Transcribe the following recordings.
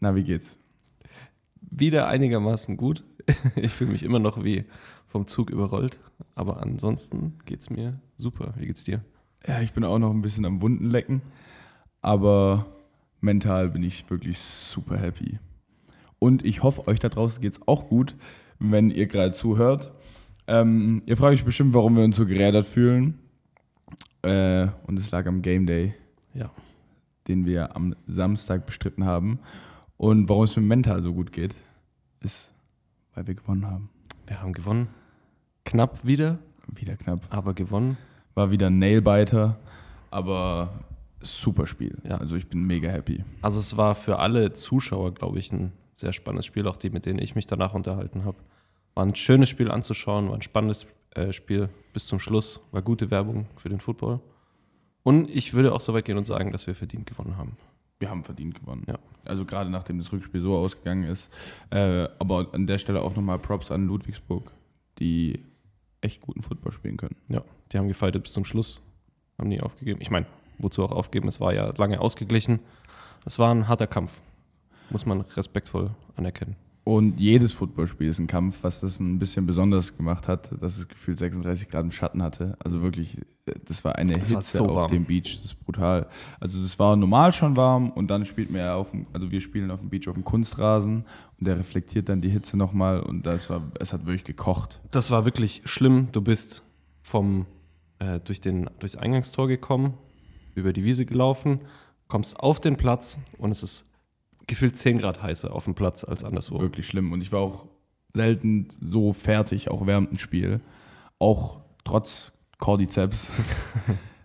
Na, wie geht's? Wieder einigermaßen gut. Ich fühle mich immer noch wie vom Zug überrollt, aber ansonsten geht's mir super. Wie geht's dir? Ja, ich bin auch noch ein bisschen am Wunden lecken, aber mental bin ich wirklich super happy. Und ich hoffe, euch da draußen geht's auch gut, wenn ihr gerade zuhört. Ähm, ihr fragt euch bestimmt, warum wir uns so gerädert fühlen. Äh, und es lag am Game Day, Ja. den wir am Samstag bestritten haben. Und warum es mir mental so gut geht, ist, weil wir gewonnen haben. Wir haben gewonnen. Knapp wieder, Wieder knapp. aber gewonnen. War wieder ein Nailbiter, aber super Spiel. Ja. Also ich bin mega happy. Also es war für alle Zuschauer, glaube ich, ein sehr spannendes Spiel, auch die, mit denen ich mich danach unterhalten habe. War ein schönes Spiel anzuschauen, war ein spannendes äh, Spiel bis zum Schluss, war gute Werbung für den Football. Und ich würde auch so weit gehen und sagen, dass wir verdient gewonnen haben. Wir haben verdient gewonnen. Ja. Also gerade nachdem das Rückspiel so ausgegangen ist. Äh, aber an der Stelle auch nochmal Props an Ludwigsburg, die echt guten Football spielen können. Ja, die haben gefeitet bis zum Schluss, haben nie aufgegeben. Ich meine, wozu auch aufgeben? Es war ja lange ausgeglichen. Es war ein harter Kampf, muss man respektvoll anerkennen. Und jedes Footballspiel ist ein Kampf, was das ein bisschen besonders gemacht hat, dass es gefühlt 36 Grad im Schatten hatte. Also wirklich, äh, das war eine Es Hitze war so auf warm. dem Beach, das ist brutal. Also das war normal schon warm und dann spielt man ja auf dem, also wir spielen auf dem Beach auf dem Kunstrasen und der reflektiert dann die Hitze nochmal und das war, es hat wirklich gekocht. Das war wirklich schlimm. Du bist vom äh, durch den durchs Eingangstor gekommen, über die Wiese gelaufen, kommst auf den Platz und es ist gefühlt 10 Grad heißer auf dem Platz als anderswo. wirklich schlimm. Und ich war auch selten so fertig, auch während dem Spiel. Auch trotz Cordyceps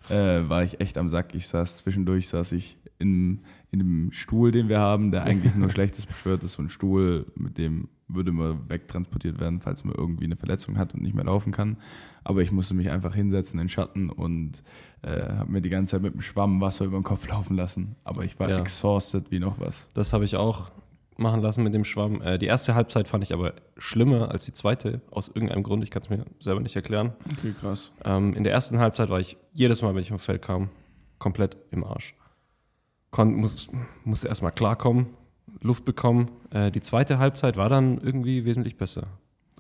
äh, war ich echt am Sack. Ich saß zwischendurch, saß ich in, in dem Stuhl, den wir haben, der eigentlich nur Schlechtes beschwört ist. So ein Stuhl, mit dem würde man wegtransportiert werden, falls man irgendwie eine Verletzung hat und nicht mehr laufen kann. Aber ich musste mich einfach hinsetzen in den Schatten und äh, habe mir die ganze Zeit mit dem Schwamm Wasser über den Kopf laufen lassen. Aber ich war Ja. exhausted wie noch was. Das habe ich auch machen lassen mit dem Schwamm. Äh, die erste Halbzeit fand ich aber schlimmer als die zweite aus irgendeinem Grund. Ich kann es mir selber nicht erklären. Okay, krass. Ähm, in der ersten Halbzeit war ich jedes Mal, wenn ich vom Feld kam, komplett im Arsch. Kon muss, musste erstmal klarkommen, Luft bekommen. Äh, die zweite Halbzeit war dann irgendwie wesentlich besser.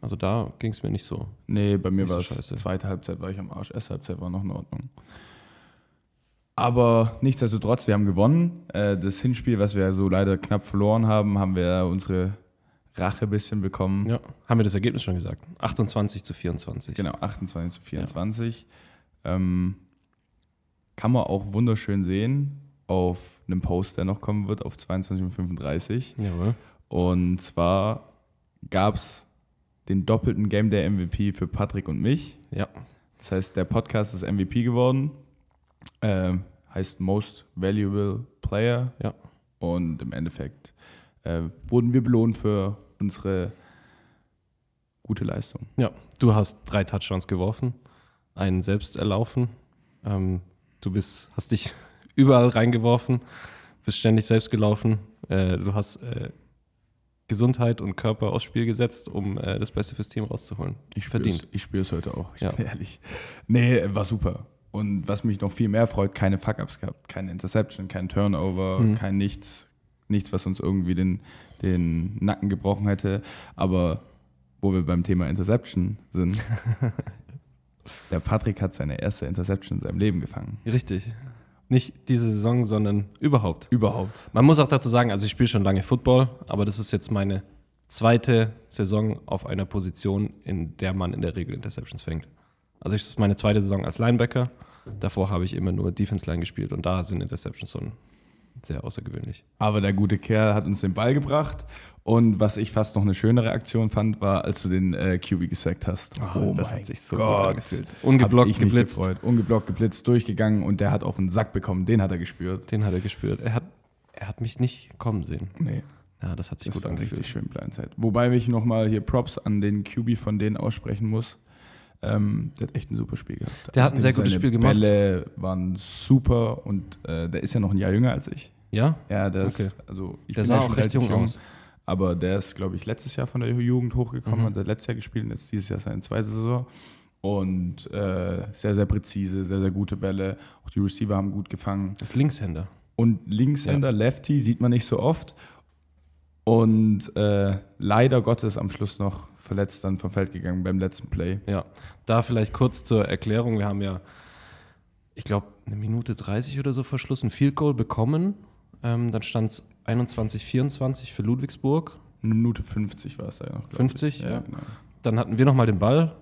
Also da ging es mir nicht so. Nee, bei mir Nicht so war es scheiße. zweite Halbzeit war ich am Arsch, erste Halbzeit war noch in Ordnung. Aber nichtsdestotrotz, wir haben gewonnen. Äh, Das Hinspiel, was wir so leider knapp verloren haben, haben wir unsere Rache ein bisschen bekommen. Ja, haben wir das Ergebnis schon gesagt? 28 zu 24. Genau, 28 zu 24. Ähm, kann man auch wunderschön sehen auf einem Post, der noch kommen wird, auf 22 und 35. Jawohl. Und zwar gab es den doppelten Game Day MVP für Patrick und mich. Ja. Das heißt, der Podcast ist MVP geworden. Ähm, heißt Most Valuable Player. Ja. Und im Endeffekt äh, wurden wir belohnt für unsere gute Leistung. Ja, du hast drei Touchdowns geworfen, einen selbst erlaufen. Ähm, du bist, hast dich überall reingeworfen, bist ständig selbst gelaufen. Äh, du hast äh, Gesundheit und Körper aufs Spiel gesetzt, um äh, das Beste fürs Team rauszuholen. Ich spür's- Verdient. Ich spüre es heute auch, ich Ja. bin ehrlich. Nee, war super. Und was mich noch viel mehr freut, keine Fuck-Ups gehabt. Keine Interception, kein Turnover, Mhm. kein nichts. Nichts, was uns irgendwie den, den Nacken gebrochen hätte. Aber wo wir beim Thema Interception sind, der Patrick hat seine erste Interception in seinem Leben gefangen. Richtig. Nicht diese Saison, sondern überhaupt. Überhaupt. Man muss auch dazu sagen, also ich spiele schon lange Football, aber das ist jetzt meine zweite Saison auf einer Position, in der man in der Regel Interceptions fängt. Also ich- das ist meine zweite Saison als Linebacker. Davor habe ich immer nur Defense Line gespielt und da sind Interceptions schon sehr außergewöhnlich. Aber der gute Kerl hat uns den Ball gebracht. Und was ich fast noch eine schönere Aktion fand, war, als du den äh, QB gesackt hast. Oh, das mein hat sich so Gott. gut angefühlt. Oh Ungeblockt, Hab ich mich geblitzt. Gefreut. Ungeblockt, geblitzt, durchgegangen und der hat auf den Sack bekommen. Den hat er gespürt. Den hat er gespürt. Er hat, er hat mich nicht kommen sehen. Nee, Ja, das hat sich das gut war angefühlt. richtig schön Blindside. Wobei ich nochmal hier Props an den QB von denen aussprechen muss. Ähm, der hat echt ein super Spiel gehabt. Der hat ein Also sehr gutes seine Spiel gemacht. Bälle waren super und äh, der ist ja noch ein Jahr jünger als ich. Ja, Ja, der, ist, Okay. also ich der bin sah ja auch schon recht relativ jung aus. Aber der ist, glaube ich, letztes Jahr von der Jugend hochgekommen, Mhm. hat er letztes Jahr gespielt und jetzt dieses Jahr seine zweite Saison. Und äh, sehr, sehr präzise, sehr, sehr gute Bälle. Auch die Receiver haben gut gefangen. Das ist Linkshänder. Und Linkshänder, Lefty, sieht man nicht so oft. Und äh, leider Gottes am Schluss noch verletzt dann vom Feld gegangen beim letzten Play. Ja, da vielleicht kurz zur Erklärung. Wir haben ja, ich glaube, eine Minute 30 oder so verschlussen, Field Goal bekommen. Ähm, dann stand es 21-24 für Ludwigsburg. Eine Minute 50 war es da ja noch. glaub ich. 50, Ja, ja. genau. Dann hatten wir nochmal den Ball.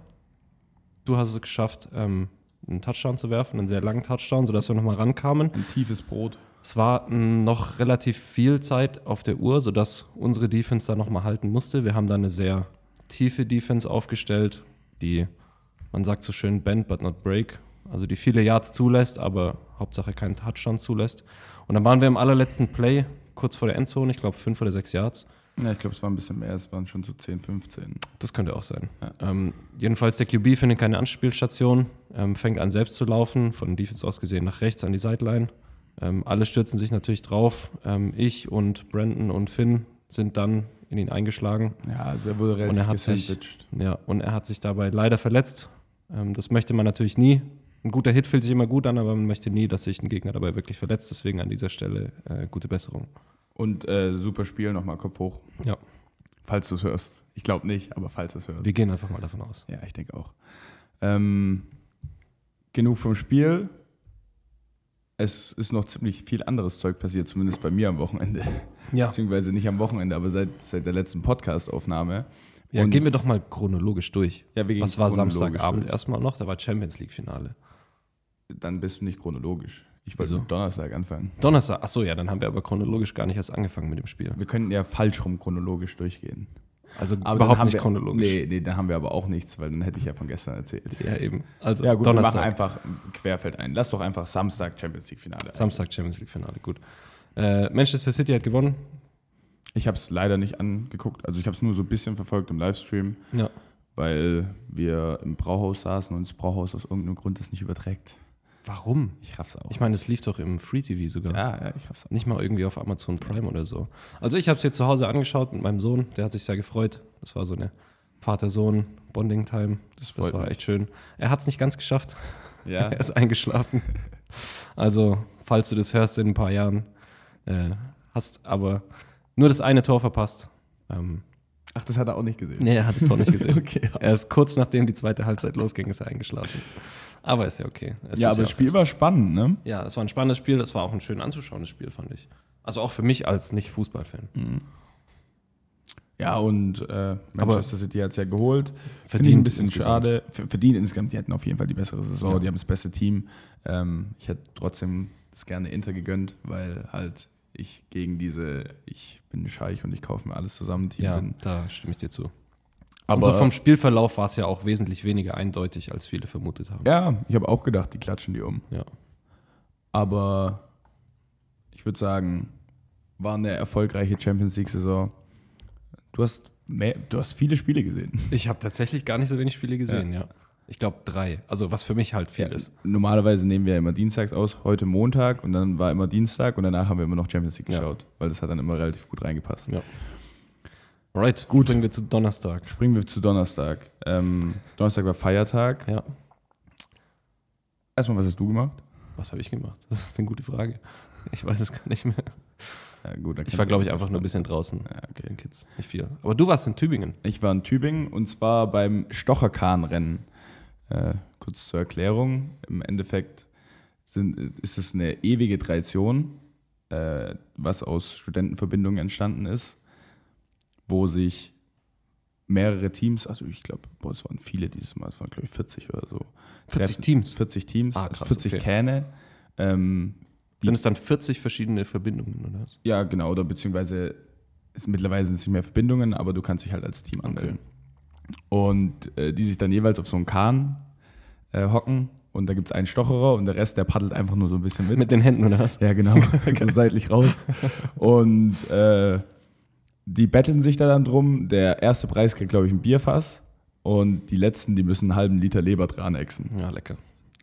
Du hast es geschafft, ähm, einen Touchdown zu werfen, einen sehr langen Touchdown, sodass wir nochmal rankamen. Ein tiefes Brot. Es war ähm, noch relativ viel Zeit auf der Uhr, sodass unsere Defense da nochmal halten musste. Wir haben da eine sehr tiefe Defense aufgestellt, die, man sagt so schön, bend but not break. Also die viele Yards zulässt, aber Hauptsache keinen Touchdown zulässt. Und dann waren wir im allerletzten Play, kurz vor der Endzone, ich glaube fünf oder sechs Yards. Ja, ich glaube, es war ein bisschen mehr. Es waren schon so 10, 15. Das könnte auch sein. Ja. Ähm, jedenfalls, der QB findet keine Anspielstation, ähm, fängt an selbst zu laufen, von Defense aus gesehen nach rechts an die Sideline. Ähm, alle stürzen sich natürlich drauf. Ähm, ich und Brandon und Finn sind dann in ihn eingeschlagen. Ja, also er wurde Und er relativ hat sich- gesandwiched. Ja, und er hat sich dabei leider verletzt. Ähm, das möchte man natürlich nie. Ein guter Hit fühlt sich immer gut an, aber man möchte nie, dass sich ein Gegner dabei wirklich verletzt. Deswegen an dieser Stelle äh, gute Besserung. Und äh, super Spiel, nochmal Kopf hoch. Ja. Falls du es hörst. Ich glaube nicht, aber falls du es hörst. Wir gehen einfach mal davon aus. Ja, ich denke auch. Ähm, genug vom Spiel. Es ist noch ziemlich viel anderes Zeug passiert, zumindest bei mir am Wochenende. Ja, Beziehungsweise nicht am Wochenende, aber seit, seit der letzten Podcast-Aufnahme. ja Und- gehen wir doch mal chronologisch durch. Ja, wir gehen Was war chronologisch Samstagabend durch. erstmal noch? Da war Champions League-Finale. Dann bist du nicht chronologisch. Ich wollte Wieso? mit Donnerstag anfangen. Donnerstag, achso, ja, dann haben wir aber chronologisch gar nicht erst angefangen mit dem Spiel. Wir könnten ja falsch rum chronologisch durchgehen. Also Aber dann überhaupt haben nicht wir, chronologisch. Nee, nee, dann haben wir aber auch nichts, weil dann hätte ich ja von gestern erzählt. Ja, eben. Also Ja, gut, wir machen Donnerstag, einfach querfeld ein. Lass doch einfach Samstag Champions League Finale. ein. Samstag Champions League-Finale, gut. Äh, Manchester City hat gewonnen. Ich habe es leider nicht angeguckt. Also ich habe es nur so ein bisschen verfolgt im Livestream, Ja. weil wir im Brauhaus saßen und das Brauhaus aus irgendeinem Grund das nicht überträgt. Warum? Ich raff's auch. Ich meine, es lief doch im Free TV sogar. ja, ja, ich raff's auch. Nicht mal irgendwie auf Amazon Prime oder so. Also ich habe es hier zu Hause angeschaut mit meinem Sohn, der hat sich sehr gefreut. Das war so eine Vater-Sohn-Bonding-Time. Das, Das freut war mich. echt schön. Er hat es nicht ganz geschafft. Ja, Er ist eingeschlafen. Also, falls du das hörst in ein paar Jahren, äh, hast aber nur das eine Tor verpasst. Ähm, Ach, das hat er auch nicht gesehen. nee, er hat das Tor nicht gesehen. Okay. Er ist kurz nachdem die zweite Halbzeit losging, ist er eingeschlafen. Aber ist ja okay. Es ja, ist aber das auch Spiel erst- war spannend, ne? Ja, es war ein spannendes Spiel. Das war auch ein schön anzuschauendes Spiel, fand ich. Also auch für mich als Nicht-Fußballfan. Ja, und äh, Manchester City hat es ja geholt. Finde ich Verdient ein bisschen insgesamt. schade. Ver- Verdient insgesamt. Die hatten auf jeden Fall die bessere Saison. Ja. Die haben das beste Team. Ähm, ich hätte trotzdem das gerne Inter gegönnt, weil halt ich gegen diese, ich bin scheich und ich kaufe mir alles zusammen Team Ja, bin. da stimme ich dir zu. Aber Und so vom Spielverlauf war es ja auch wesentlich weniger eindeutig, als viele vermutet haben. ja, ich habe auch gedacht, die klatschen die um. Ja. Aber ich würde sagen, war eine erfolgreiche Champions League-Saison. Du hast, mehr, du hast viele Spiele gesehen. Ich habe tatsächlich gar nicht so wenig Spiele gesehen, ja. Ich glaube drei. Also was für mich halt viel ist. Normalerweise nehmen wir ja immer dienstags aus, heute Montag und dann war immer Dienstag und danach haben wir immer noch Champions League Ja. geschaut, weil das hat dann immer relativ gut reingepasst. Ja. Alright, gut. Bringen wir zu Donnerstag. Springen wir zu Donnerstag. Ähm, Donnerstag war Feiertag. Ja. Erstmal, was hast du gemacht? Was habe ich gemacht? Das ist eine gute Frage. Ich weiß es gar nicht mehr. Ja, gut, dann Ich kannst war, du glaube ich, das einfach nur ein bisschen draußen. Ja, okay. Den Kids. Nicht viel. Aber du warst in Tübingen. Ich war in Tübingen und zwar beim Stocherkahn-Rennen. Äh, kurz zur Erklärung. Im Endeffekt sind, ist es eine ewige Tradition, äh, was aus Studentenverbindungen entstanden ist, wo sich mehrere Teams, also ich glaube, boah, es waren viele dieses Mal, es waren glaube ich 40 oder so. 40 treffen. Teams. 40 Teams, Ah, also krass, 40 okay. Kähne. Ähm, Sind es dann 40 verschiedene Verbindungen oder was? ja, genau, oder beziehungsweise ist, mittlerweile sind es nicht mehr Verbindungen, aber du kannst dich halt als Team anmelden. Und äh, die sich dann jeweils auf so einen Kahn äh, hocken Und da gibt es einen Stocherer und der Rest, der paddelt einfach nur so ein bisschen mit. Mit den Händen oder was? Ja, genau. so seitlich raus. Und äh, die betteln sich da dann drum. Der erste Preis kriegt, glaube ich, ein Bierfass. Und die letzten, die müssen einen halben Liter Leber dran ächzen. Ja, lecker.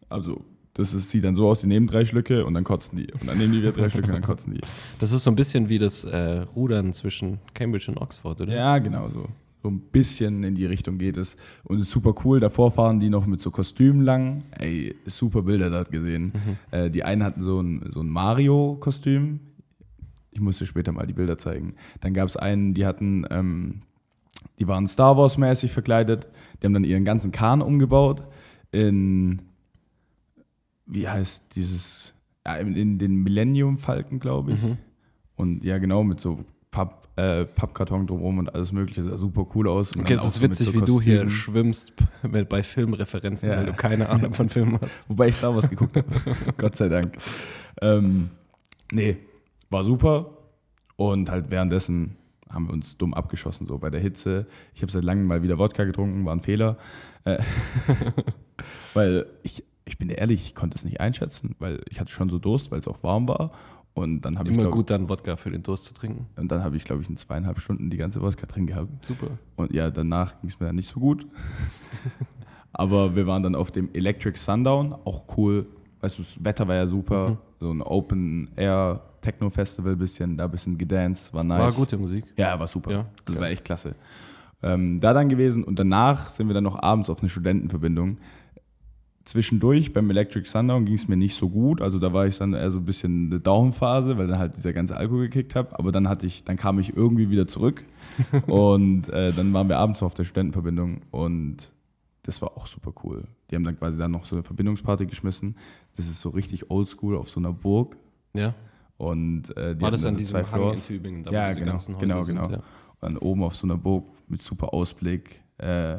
Also, das ist, sieht dann so aus: die nehmen drei Schlücke und dann kotzen die. Und dann nehmen die wieder drei Schlücke und dann kotzen die. Das ist so ein bisschen wie das äh, Rudern zwischen Cambridge und Oxford, oder? Ja, genau so. So ein bisschen in die Richtung geht es. Und es ist super cool. Davor fahren die noch mit so Kostümen lang. Ey, super Bilder dort gesehen. Äh, die einen hatten so ein, so ein Mario-Kostüm. Ich muss dir später mal die Bilder zeigen. Dann gab es einen, die hatten, ähm, die waren Star Wars-mäßig verkleidet. Die haben dann ihren ganzen Kahn umgebaut in, wie heißt dieses, ja, in, in den Millennium-Falken, glaube ich. Mhm. Und ja, genau, mit so Papp, äh, Pappkarton drumherum und alles Mögliche. Sah super cool aus. Und Okay, dann es ist auch so mit witzig, so wie du hier Kostümen. schwimmst wenn- bei Filmreferenzen, Ja. weil du keine Ahnung von Filmen hast. Wobei ich Star Wars geguckt habe. Gott sei Dank. Ähm, nee, war super. Und halt währenddessen haben wir uns dumm abgeschossen, so bei der Hitze. Ich habe seit langem mal wieder Wodka getrunken, war ein Fehler. Äh, weil ich, ich bin dir ehrlich, ich konnte es nicht einschätzen, weil ich hatte schon so Durst, weil es auch warm war. Und dann habe ich, Immer glaub- gut, dann Wodka für den Durst zu trinken. und dann habe ich, glaube ich, in zweieinhalb Stunden die ganze Wodka drin gehabt. Super. Und ja, danach ging es mir dann nicht so gut. Aber wir waren dann auf dem Electric Sundown, auch cool. Weißt du, das Wetter war ja super. So ein Open Air Techno Festival bisschen, da ein bisschen gedanced, war nice. War gute Musik. Ja, war super. Ja, das war echt klasse. Ähm, da dann gewesen und danach sind wir dann noch abends auf eine Studentenverbindung. Zwischendurch beim Electric Sundown ging es mir nicht so gut. Also da war ich dann eher so ein bisschen eine Down-Phase, weil dann halt dieser ganze Alkohol gekickt habe. Aber dann hatte ich, dann kam ich irgendwie wieder zurück. und äh, dann waren wir abends auf der Studentenverbindung und das war auch super cool. Die haben dann quasi dann noch so eine Verbindungsparty geschmissen. Das ist so richtig oldschool auf so einer Burg. Ja. Und äh, die War hatten das dann an so diesem Hang in Floors. Tübingen, da Ja, wo diese genau, ganzen Häuser genau, sind? genau. Ja. dann oben auf so einer Burg mit super Ausblick, äh,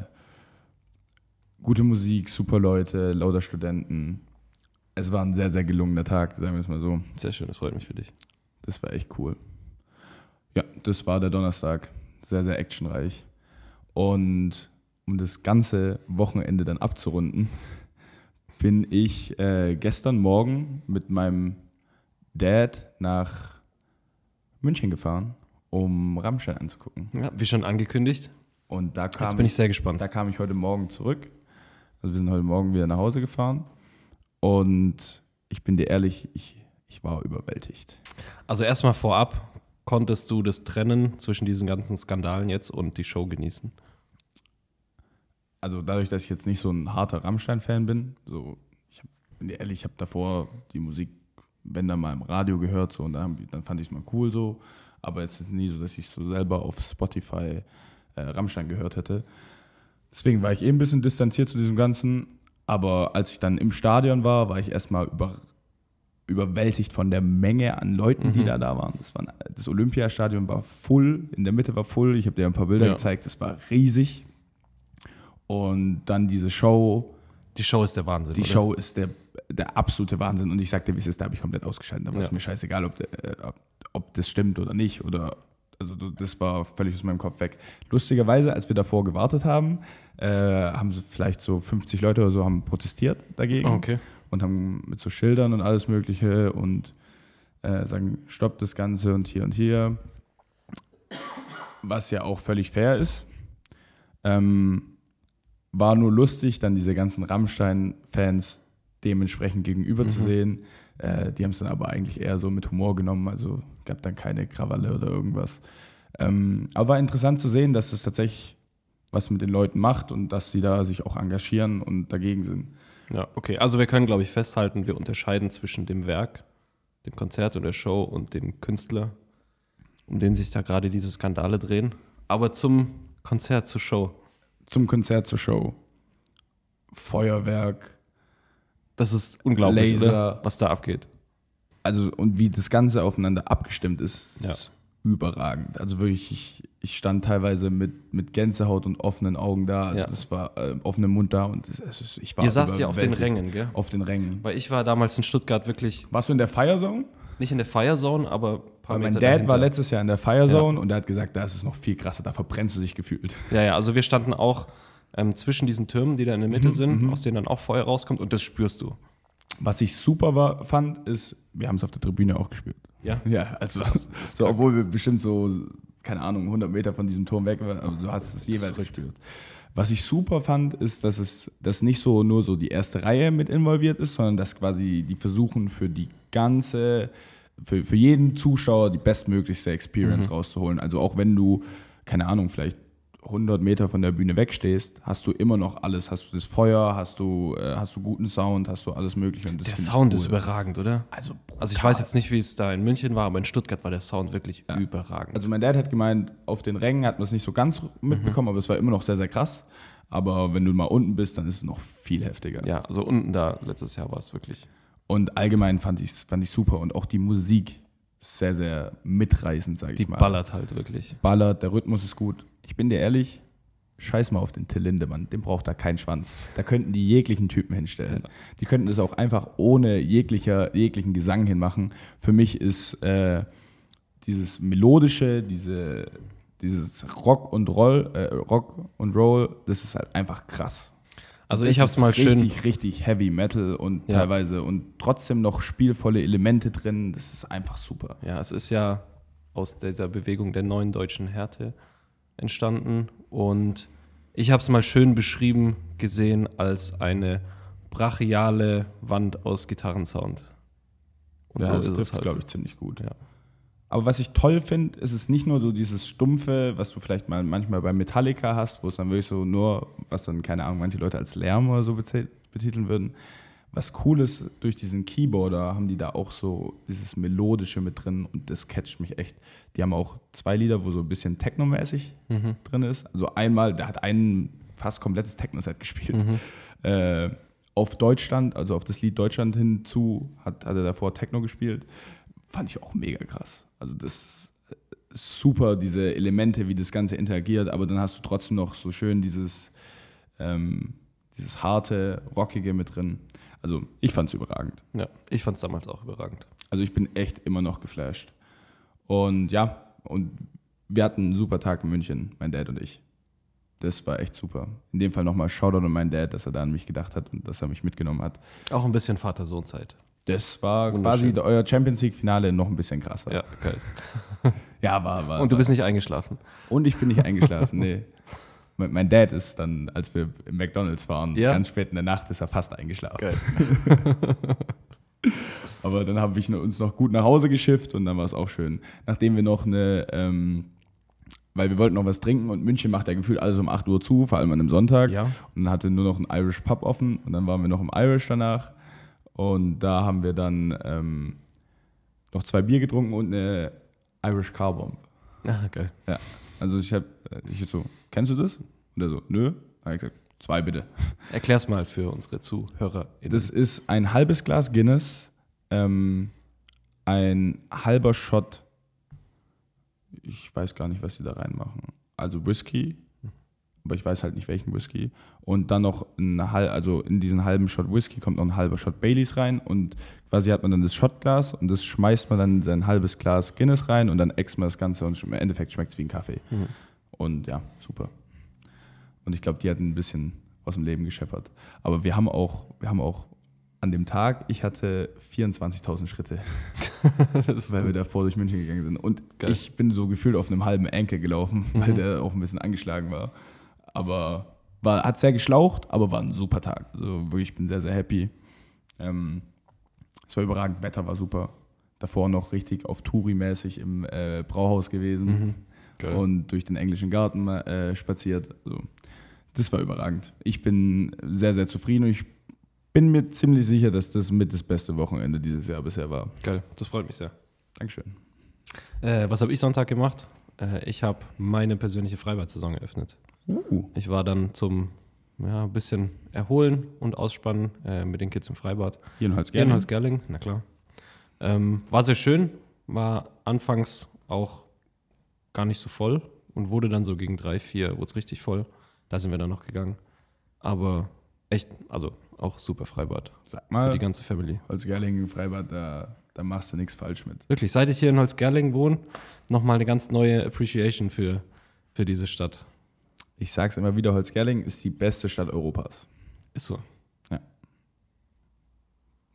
gute Musik, super Leute, lauter Studenten. Es war ein sehr, sehr gelungener Tag, sagen wir es mal so. Sehr schön, das freut mich für dich. Das war echt cool. Ja, das war der Donnerstag. Sehr, sehr actionreich. Und um das ganze Wochenende dann abzurunden, bin ich äh, gestern Morgen mit meinem Dad nach München gefahren, um Rammstein anzugucken. Ja, wie schon angekündigt. Und da kam, Jetzt bin ich sehr da gespannt. kam ich heute Morgen zurück. Also wir sind heute Morgen wieder nach Hause gefahren. Und ich bin dir ehrlich, ich, ich war überwältigt. Also erstmal vorab, konntest du das trennen zwischen diesen ganzen Skandalen jetzt und die Show genießen? Also dadurch, dass ich jetzt nicht so ein harter Rammstein-Fan bin, so, ich hab, bin dir ehrlich, ich habe davor die Musik, wenn dann mal im Radio gehört, so, und dann, haben die- dann fand ich es mal cool so. Aber es ist nie so, dass ich so selber auf Spotify äh, Rammstein gehört hätte. Deswegen war ich eh ein bisschen distanziert zu diesem Ganzen. Aber als ich dann im Stadion war, war ich erstmal über, überwältigt von der Menge an Leuten, die da da waren. Das, waren. das Olympiastadion war voll, in der Mitte war voll. Ich habe dir ein paar Bilder Ja. gezeigt, das war riesig. Und dann diese Show. Die Show ist der Wahnsinn. Die oder? Show ist der, der absolute Wahnsinn. Und ich sagte, wie es ist, da habe ich komplett ausgeschaltet. Da war es Ja. mir scheißegal, ob, der, äh, ob, ob das stimmt oder nicht. Oder also d- das war völlig aus meinem Kopf weg. Lustigerweise, als wir davor gewartet haben, äh, haben sie vielleicht so 50 Leute oder so haben protestiert dagegen Ah, okay. und haben mit so Schildern und alles Mögliche und äh, sagen, stopp das Ganze und hier und hier. Was ja auch völlig fair ist. Ähm, war nur lustig, dann diese ganzen Rammstein-Fans dementsprechend gegenüber zu sehen. Äh, die haben es dann aber eigentlich eher so mit Humor genommen, also gab dann keine Krawalle oder irgendwas. Ähm, aber war interessant zu sehen, dass es tatsächlich was mit den Leuten macht und dass sie da sich auch engagieren und dagegen sind. Ja, okay. Also wir können, glaube ich, festhalten, wir unterscheiden zwischen dem Werk, dem Konzert und der Show und dem Künstler, um den sich da gerade diese Skandale drehen. Aber zum Konzert, zur Show, zum Konzert zur Show. Feuerwerk. das ist unglaublich, Laser. oder? was da abgeht. Also, und wie das Ganze aufeinander abgestimmt ist, Ja. ist überragend. Also wirklich, ich, ich stand teilweise mit, mit Gänsehaut und offenen Augen da. Also Ja. Das war äh, offenem Mund da und es- es ist, ich war. Ihr saßt ja auf den überwältigt. Rängen, gell? Auf den Rängen. Weil ich war damals in Stuttgart wirklich Warst du in der Firezone? nicht in der Firezone, aber ein paar Weil mein Meter Dad dahinter. war letztes Jahr in der Firezone und der hat gesagt, da ist es noch viel krasser, da verbrennst du dich gefühlt. Ja, ja, also wir standen auch ähm, zwischen diesen Türmen, die da in der Mitte Mhm, sind, mhm. aus denen dann auch Feuer rauskommt und das spürst du. Was ich super war, fand, ist, wir haben es auf der Tribüne auch gespürt. Ja. Ja, also so, obwohl wir bestimmt so, keine Ahnung, 100 Meter von diesem Turm weg waren, aber also du hast es jeweils gespürt. Was ich super fand, ist, dass es dass nicht so nur so die erste Reihe mit involviert ist, sondern dass quasi die versuchen für die ganze, für, für jeden Zuschauer die bestmöglichste Experience Mhm. rauszuholen. Also auch wenn du, keine Ahnung, vielleicht 100 Meter von der Bühne wegstehst, hast du immer noch alles. Hast du das Feuer, hast du, äh, hast du guten Sound, hast du alles Mögliche. Und das Der finde ich Sound cool. ist überragend, oder? Also, Also ich brutal. weiß jetzt nicht, wie es da in München war, aber in Stuttgart war der Sound wirklich überragend. Also mein Dad hat gemeint, auf den Rängen hat man es nicht so ganz mitbekommen, Mhm. aber es war immer noch sehr, sehr krass. Aber wenn du mal unten bist, dann ist es noch viel heftiger. ja, also unten da letztes Jahr war es wirklich. Und allgemein fand ich es fand ich super. Und auch die Musik ist sehr, sehr mitreißend, sage Die ich mal. ballert halt wirklich. Ballert, der Rhythmus ist gut. Ich bin dir ehrlich, scheiß mal auf den Till Lindemann, den braucht da keinen Schwanz. Da könnten die jeglichen Typen hinstellen. Die könnten es auch einfach ohne jeglicher, jeglichen Gesang hinmachen. Für mich ist äh, dieses melodische, diese, dieses Rock und Roll, äh, Rock und Roll, das ist halt einfach krass. Also Das ich hab's ist mal richtig, schön. Richtig, richtig Heavy Metal und Ja. teilweise und trotzdem noch spielvolle Elemente drin. Das ist einfach super. Ja, es ist ja aus dieser Bewegung der neuen deutschen Härte entstanden und ich hab's mal schön beschrieben gesehen als eine brachiale Wand aus Gitarrensound. Und ja, das halt. trifft's, glaube ich, ziemlich gut. halt. Aber was ich toll finde, ist es nicht nur so dieses Stumpfe, was du vielleicht mal manchmal bei Metallica hast, wo es dann wirklich so nur, was dann, keine Ahnung, manche Leute als Lärm oder so beze- betiteln würden. Was cool ist, durch diesen Keyboarder haben die da auch so dieses Melodische mit drin und das catcht mich echt. Die haben auch zwei Lieder, wo so ein bisschen Techno-mäßig Mhm. drin ist. Also einmal, der hat ein fast komplettes Techno-Set gespielt. Äh, auf Deutschland, also auf das Lied Deutschland hinzu, hat, hat er davor Techno gespielt fand ich auch mega krass. Also das ist super, diese Elemente, wie das Ganze interagiert, aber dann hast du trotzdem noch so schön dieses, ähm, dieses harte, rockige mit drin. Also ich fand es überragend. Ja, ich fand's damals auch überragend. Also ich bin echt immer noch geflasht. Und ja, und wir hatten einen super Tag in München, mein Dad und ich. Das war echt super. In dem Fall nochmal Shoutout an meinen Dad, dass er da an mich gedacht hat und dass er mich mitgenommen hat. Auch ein bisschen Vater-Sohn-Zeit. Das war Wunderschön. quasi euer Champions League-Finale noch ein bisschen krasser. Ja, geil. ja war, war. Und du war- bist nicht eingeschlafen. Und ich bin nicht eingeschlafen, nee. Mein mein Dad ist dann, als wir im McDonalds waren, Ja. ganz spät in der Nacht, ist er fast eingeschlafen. Aber dann haben wir uns noch gut nach Hause geschifft und dann war es auch schön. Nachdem wir noch eine, ähm, weil wir wollten noch was trinken und München macht ja gefühlt alles um 8 Uhr zu, vor allem an einem Sonntag. Ja. Und dann hatte nur noch ein Irish Pub offen und dann waren wir noch im Irish danach. Und da haben wir dann ähm, noch zwei Bier getrunken und eine Irish Car Bomb. Ah, geil. Ja, also ich habe, ich so, kennst du das? Und er so, nö. Dann hab ich gesagt, zwei bitte. Erklär's mal für unsere Zuhörer. Das ist ein halbes Glas Guinness, ähm, ein halber Shot, ich weiß gar nicht, was sie da reinmachen. Also Whisky, aber ich weiß halt nicht welchen Whisky. Und dann noch ein halb, also in diesen halben Shot Whisky kommt noch ein halber Shot Baileys rein und quasi hat man dann das Shotglas und das schmeißt man dann in sein halbes Glas Guinness rein und dann äxt man das Ganze und im Endeffekt schmeckt es wie ein Kaffee. Und ja, super. Und ich glaube, die hatten ein bisschen aus dem Leben gescheppert. Aber wir haben auch, wir haben auch an dem Tag, ich hatte 24.000 Schritte, weil wir davor durch München gegangen sind. Und Geil. ich bin so gefühlt auf einem halben Enkel gelaufen, weil der auch ein bisschen angeschlagen war. Aber war, hat sehr geschlaucht, aber war ein super Tag. Also wirklich, ich bin sehr, sehr happy. Ähm, es war überragend, Wetter war super. Davor noch richtig auf Touri-mäßig im äh, Brauhaus Mhm. gewesen Geil. und durch den englischen Garten mal, äh, spaziert. Also, das war überragend. Ich bin sehr, sehr zufrieden und ich bin mir ziemlich sicher, dass das mit das beste Wochenende dieses Jahr bisher war. geil, das freut mich sehr. Dankeschön. Äh, was habe ich Sonntag gemacht? Äh, ich habe meine persönliche Freibad-Saison eröffnet. Uh, Ich war dann zum ja, ein bisschen erholen und ausspannen äh, mit den Kids im Freibad. hier in Holzgerling. Gerne als Gerling, na klar. Ähm, war sehr schön, war anfangs auch gar nicht so voll und wurde dann so gegen drei, vier, wurde es richtig voll. Da sind wir dann noch gegangen. Aber echt, also auch super Freibad Sag für die mal, ganze Family. Holzgerling, Freibad, da, da machst du nichts falsch mit. Wirklich, seit ich hier in Holzgerling wohne, nochmal eine ganz neue Appreciation für, für diese Stadt. ich sage es immer wieder, Holzgerling ist die beste Stadt Europas. Ist so.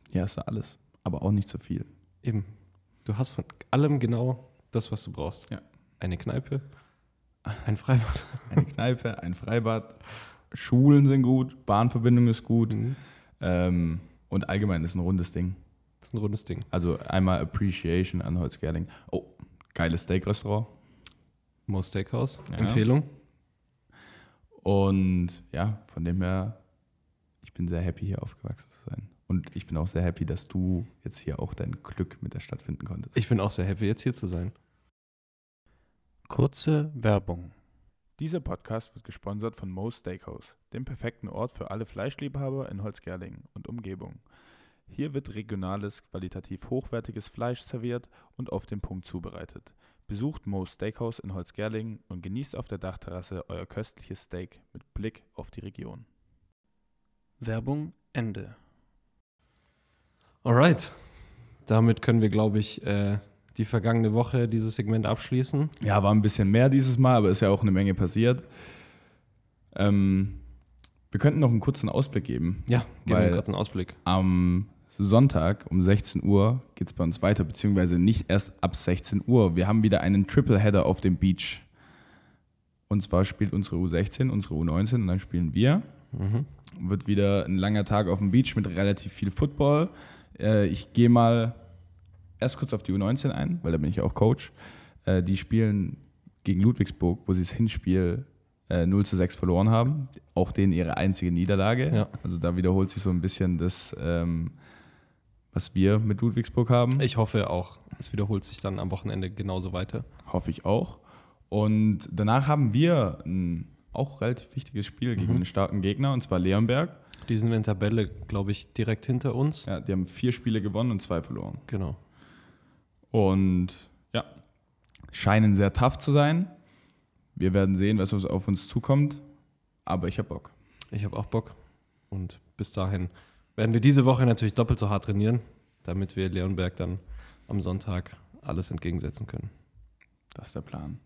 Hier hast du alles, aber auch nicht so viel. Eben. Du hast von allem genau das, was du brauchst. Ja. Eine Kneipe, ein Freibad. Eine Kneipe, ein Freibad, Schulen sind gut, Bahnverbindung ist gut ähm, und allgemein ist ein rundes Ding. Das ist ein rundes Ding. Also einmal Appreciation an Holzgerling. Oh, geiles Steakrestaurant. Mo Steakhouse, Ja. Empfehlung. Und ja, von dem her, ich bin sehr happy, hier aufgewachsen zu sein. Und ich bin auch sehr happy, dass du jetzt hier auch dein Glück mit der Stadt finden konntest. Ich bin auch sehr happy, jetzt hier zu sein. Kurze Werbung. Dieser Podcast wird gesponsert von Moe's Steakhouse, dem perfekten Ort für alle Fleischliebhaber in Holzgerlingen und Umgebung. Hier wird regionales, qualitativ hochwertiges Fleisch serviert und auf den Punkt zubereitet. Besucht Moe's Steakhouse in Holzgerlingen und genießt auf der Dachterrasse euer köstliches Steak mit Blick auf die Region. Werbung Ende. Alright. Damit können wir, glaube ich, äh, die vergangene Woche dieses Segment abschließen. Ja, war ein bisschen mehr dieses Mal, aber ist ja auch eine Menge passiert. Ähm, wir könnten noch einen kurzen Ausblick geben. Ja, geben wir Weil- kurz einen Ausblick. Am Sonntag um 16 Uhr geht es bei uns weiter, beziehungsweise nicht erst ab 16 Uhr. Wir haben wieder einen Tripleheader auf dem Beach. Und zwar spielt unsere U16, unsere U19 und dann spielen wir. Mhm. Wird wieder ein langer Tag auf dem Beach mit relativ viel Football. Äh, ich gehe mal erst kurz auf die U19 ein, weil da bin ich auch Coach. Äh, die spielen gegen Ludwigsburg, wo sie das Hinspiel äh, 0 zu 6 verloren haben. Auch denen ihre einzige Niederlage. Ja. Also da wiederholt sich so ein bisschen das, ähm, was wir mit Ludwigsburg haben. Ich hoffe auch, es wiederholt sich dann am Wochenende genauso weiter. Hoffe ich auch. Und danach haben wir ein auch relativ wichtiges Spiel Mhm. gegen einen starken Gegner, und zwar Leonberg. Die sind in der Tabelle, glaube ich, direkt hinter uns. Ja, die haben vier Spiele gewonnen und zwei verloren. Genau. Und ja, scheinen sehr tough zu sein. Wir werden sehen, was uns- auf uns zukommt. Aber ich habe Bock. Ich habe auch Bock. Und bis dahin werden wir diese Woche natürlich doppelt so hart trainieren, damit wir Leonberg dann am Sonntag alles entgegensetzen können. Das ist der Plan.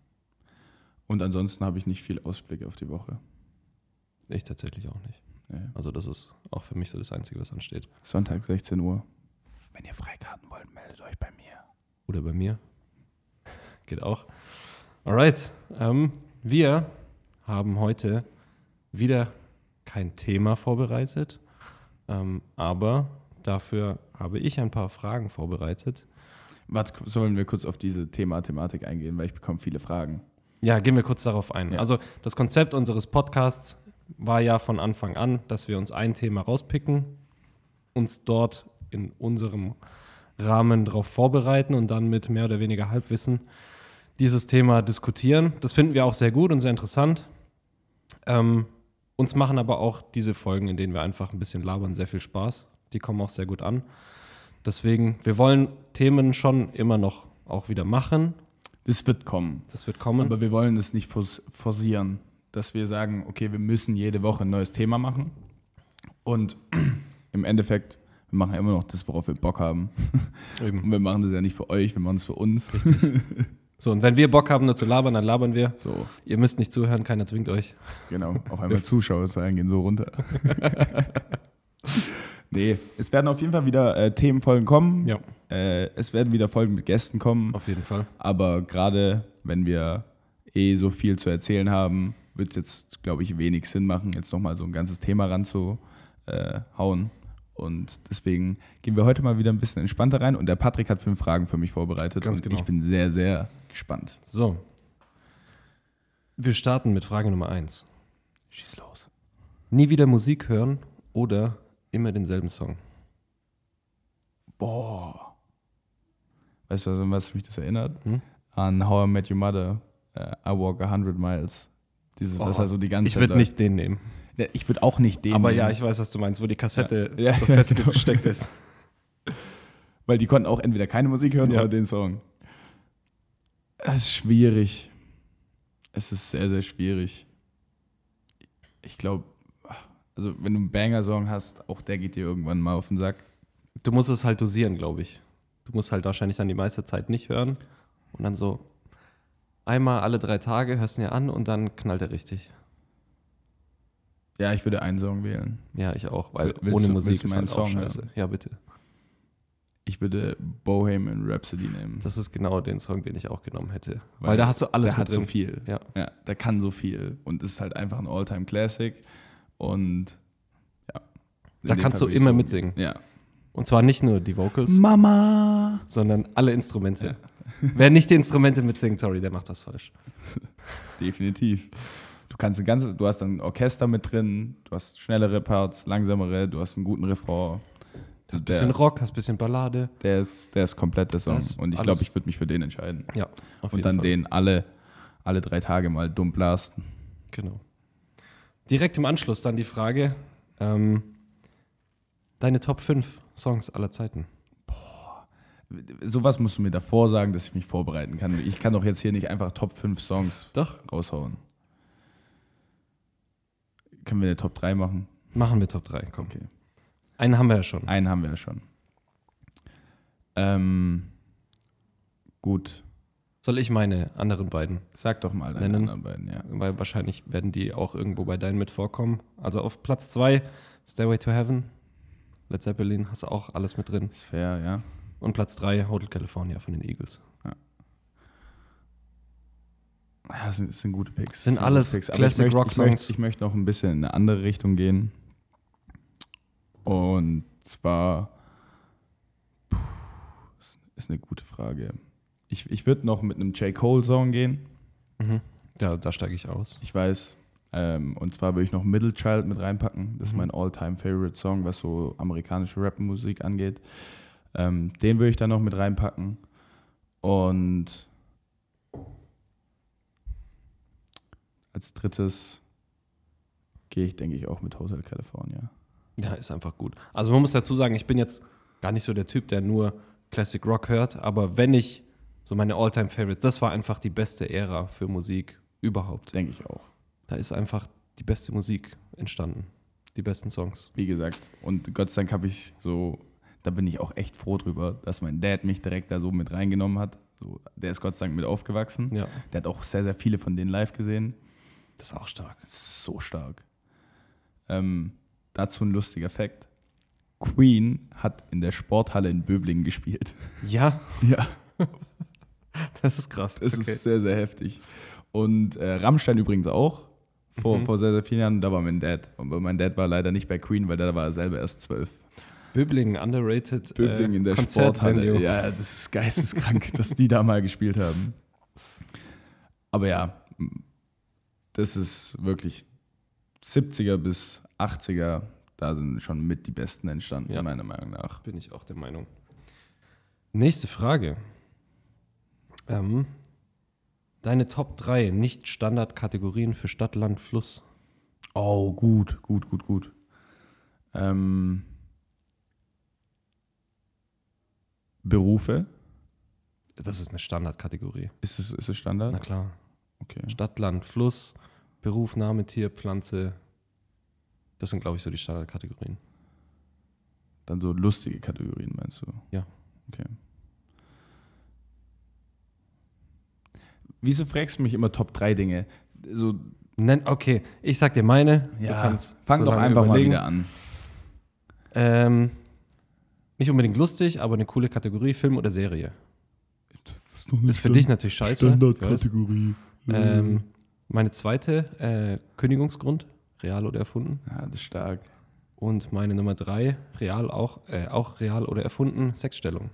Und ansonsten habe ich nicht viel Ausblick auf die Woche. Ich tatsächlich auch nicht. Nee. Also das ist auch für mich so das Einzige, was ansteht. Sonntag, 16 Uhr. Wenn ihr Freikarten wollt, meldet euch bei mir. Oder bei mir. Geht auch. Alright. Ähm, wir haben heute wieder kein Thema vorbereitet, ähm, aber dafür habe ich ein paar Fragen vorbereitet. Warte, k- sollen wir kurz auf diese Thema Thematik eingehen, weil ich bekomme viele Fragen. Ja, gehen wir kurz darauf ein. Ja. Also das Konzept unseres Podcasts war ja von Anfang an, dass wir uns ein Thema rauspicken, uns dort in unserem Rahmen darauf vorbereiten und dann mit mehr oder weniger Halbwissen dieses Thema diskutieren. Das finden wir auch sehr gut und sehr interessant. Ähm, uns machen aber auch diese Folgen, in denen wir einfach ein bisschen labern, sehr viel Spaß. Die kommen auch sehr gut an. Deswegen, wir wollen Themen schon immer noch auch wieder machen. Das wird kommen. Das wird kommen. Aber wir wollen es nicht fors- forcieren, dass wir sagen, okay, wir müssen jede Woche ein neues Thema machen. Und im Endeffekt, wir machen ja immer noch das, worauf wir Bock haben. Eben. Und wir machen das ja nicht für euch, wir machen es für uns. So, und wenn wir Bock haben, nur zu labern, dann labern wir. So, Ihr müsst nicht zuhören, keiner zwingt euch. genau. Auf einmal Zuschauerzahlen gehen so runter. nee, es werden auf jeden Fall wieder äh, Themenfolgen kommen. Ja. Äh, es werden wieder Folgen mit Gästen kommen. Auf jeden Fall. Aber gerade wenn wir eh so viel zu erzählen haben, wird es jetzt, glaube ich, wenig Sinn machen, jetzt nochmal so ein ganzes Thema ranzuhauen. Äh, hauen. und deswegen gehen wir heute mal wieder ein bisschen entspannter rein. Und der Patrick hat fünf Fragen für mich vorbereitet. Ganz und genau. ich bin sehr, sehr gespannt. So. Wir starten mit Frage Nummer 1. Schieß los. Nie wieder Musik hören oder immer denselben Song? Boah. Weißt du, an was mich das erinnert? Hm? An How I Met Your Mother, äh, I Walk 100 Miles. Dieses, was Oh, er so die ganze Ich würde läuft. nicht den nehmen. Ja, Ich würde auch nicht den. Aber nehmen. ja, ich weiß, was du meinst, wo die Kassette Ja. Ja, so ja, genau. festgesteckt ist. Weil die konnten auch entweder keine Musik hören Ja. oder den Song. Es ist schwierig. Es ist sehr, sehr schwierig. Ich glaube, also wenn du einen Banger-Song hast, auch der geht dir irgendwann mal auf den Sack. Du musst es halt dosieren, glaube ich. Du musst halt wahrscheinlich dann die meiste Zeit nicht hören und dann so einmal alle drei Tage hörst du ihn ja an und dann knallt er richtig. Ja, ich würde einen Song wählen. Ja, ich auch, weil Willst ohne du- Musik willst du ist meinen halt auch Song hören? Mhm. scheiße. Ja, bitte. Ich würde Bohemian Rhapsody nehmen. Das ist genau den Song, den ich auch genommen hätte. Weil, Weil da hast du alles der hat mit so drin. viel. Ja. ja. Der kann so viel. Und ist halt einfach ein All-Time-Classic. Und ja. In Da dem kannst Fall du würde ich immer so- mitsingen. Ja. Und zwar nicht nur die Mhm. Vocals, Mama! sondern alle Instrumente. Wer nicht die Instrumente mitsingt, sorry, der macht was falsch. Definitiv. Du kannst ein ganzes, du hast ein Orchester mit drin, du hast schnellere Parts, langsamere, du hast einen guten Refrain. Hast bisschen Der, Rock, hast bisschen Ballade. der, ist, der ist komplett der Song. Das ist Und ich alles- glaube, ich würde mich für den entscheiden. Ja, auf Und dann Fall. den alle, alle drei Tage mal dumm blasten. Genau. Direkt im Anschluss dann die Frage: ähm, Deine Top 5 Songs aller Zeiten. Sowas musst du mir davor sagen, dass ich mich vorbereiten kann. Ich kann doch jetzt hier nicht einfach Top 5 Songs Doch. raushauen. Können wir eine Top 3 machen? Machen wir Top 3, komm. Okay. Einen haben wir ja schon. Einen haben wir ja schon. Ähm, gut. Soll ich meine anderen beiden? Sag doch mal deine Nennen. anderen beiden, ja. Weil wahrscheinlich werden die auch irgendwo bei deinen mit vorkommen. Also auf Platz 2, Stairway to Heaven, Led Zeppelin, hast du auch alles mit drin. Ist fair, ja. Und Platz 3, Hotel California von den Eagles. ja das sind, das sind gute Picks. Sind Das alles gute Picks. Aber Classic ich möchte, Rock Ich Songs. möchte, ich möchte noch ein bisschen in eine andere Richtung gehen. Und zwar. Puh, ist- ist eine gute Frage. Ich, ich würde noch mit einem J. Cole-Song gehen. Mhm. Ja, da steige ich aus. Ich weiß. Ähm, und zwar würde ich noch Middle Child mit reinpacken. Das ist mein All-Time-Favorite-Song, was so amerikanische Rap-Musik angeht. Ähm, den würde ich dann noch mit reinpacken. Und als drittes gehe ich, denke ich, auch mit Hotel California. Ja, ist einfach gut. Also man muss dazu sagen, ich bin jetzt gar nicht so der Typ, der nur Classic Rock hört, aber wenn ich so meine Alltime Favorites, das war einfach die beste Ära für Musik überhaupt. Denke ich auch. Da ist einfach die beste Musik entstanden, die besten Songs. Wie gesagt. Und Gott sei Dank habe ich so, da bin ich auch echt froh drüber, dass mein Dad mich direkt da so mit reingenommen hat. So, der ist Gott sei Dank mit aufgewachsen. Ja, Der hat auch sehr, sehr viele von denen live gesehen. das ist auch stark. So stark. Ähm, dazu ein lustiger Fakt. Queen hat in der Sporthalle in Böblingen gespielt. Ja, Ja, das ist krass. das ist sehr, sehr heftig. Und äh, Rammstein übrigens auch. Vor, vor sehr, sehr vielen Jahren, da war mein Dad. Und mein Dad war leider nicht bei Queen, weil da war er selber erst zwölf. Böblingen, underrated. Böblingen äh, in der Konzertvenue. Sporthalle. Ja, das ist geisteskrank, dass die da mal gespielt haben. Aber ja, das ist wirklich 70er bis 80er, da sind schon mit die besten entstanden, Ja. meiner Meinung nach. Bin ich auch der Meinung. Nächste Frage. Ähm, deine Top 3 Nicht-Standard-Kategorien für Stadt, Land, Fluss. Oh, gut, gut, gut, gut. Ähm, Berufe, Das ist eine Standardkategorie. ist es, ist es Na Standard? klar. Okay. Stadt, Land, Fluss, Beruf, Name, Tier, Pflanze. Das sind, glaube ich, so die Standardkategorien. Dann so lustige Kategorien, meinst du? Ja. Okay. Wieso fragst du mich immer Top 3 Dinge? So, Nenn, okay, ich sag dir meine. Ja, so fang doch lange einfach überlegen. mal wieder an. Ähm, nicht unbedingt lustig, aber eine coole Kategorie, Film oder Serie. Das ist noch Ist für dich natürlich scheiße. ich weiß. Standardkategorie. Ähm, meine zweite, äh, Kündigungsgrund, real oder erfunden. Ja, das ist stark. Und meine Nummer drei, real auch, äh, auch real oder erfunden, Sexstellung.